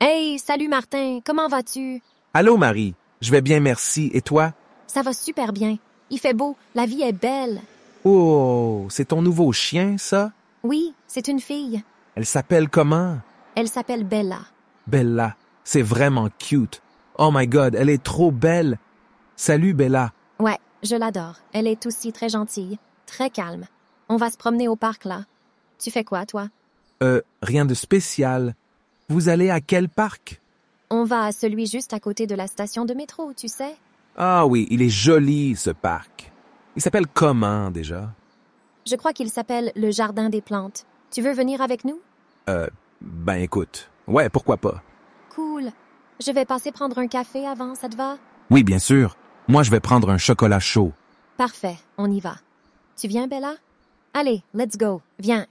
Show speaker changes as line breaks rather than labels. Hey, salut Martin, comment vas-tu?
Allô, Marie. Je vais bien, merci. Et toi?
Ça va super bien. Il fait beau, la vie est belle.
Oh, c'est ton nouveau chien, ça?
Oui, c'est une fille.
Elle s'appelle comment?
Elle s'appelle Bella.
Bella. C'est vraiment cute. Oh my god, elle est trop belle. Salut, Bella.
Ouais, je l'adore. Elle est aussi très gentille, très calme. On va se promener au parc là. Tu fais quoi, toi?
Euh, rien de spécial. Vous allez à quel parc?
On va à celui juste à côté de la station de métro, tu sais?
Ah oui, il est joli, ce parc. Il s'appelle comment, déjà?
Je crois qu'il s'appelle le Jardin des plantes. Tu veux venir avec nous?
Euh, ben écoute. Ouais, pourquoi pas?
Cool. Je vais passer prendre un café avant, ça te va?
Oui, bien sûr. Moi, je vais prendre un chocolat chaud.
Parfait, on y va. Tu viens, Bella? Allez, let's go. Viens.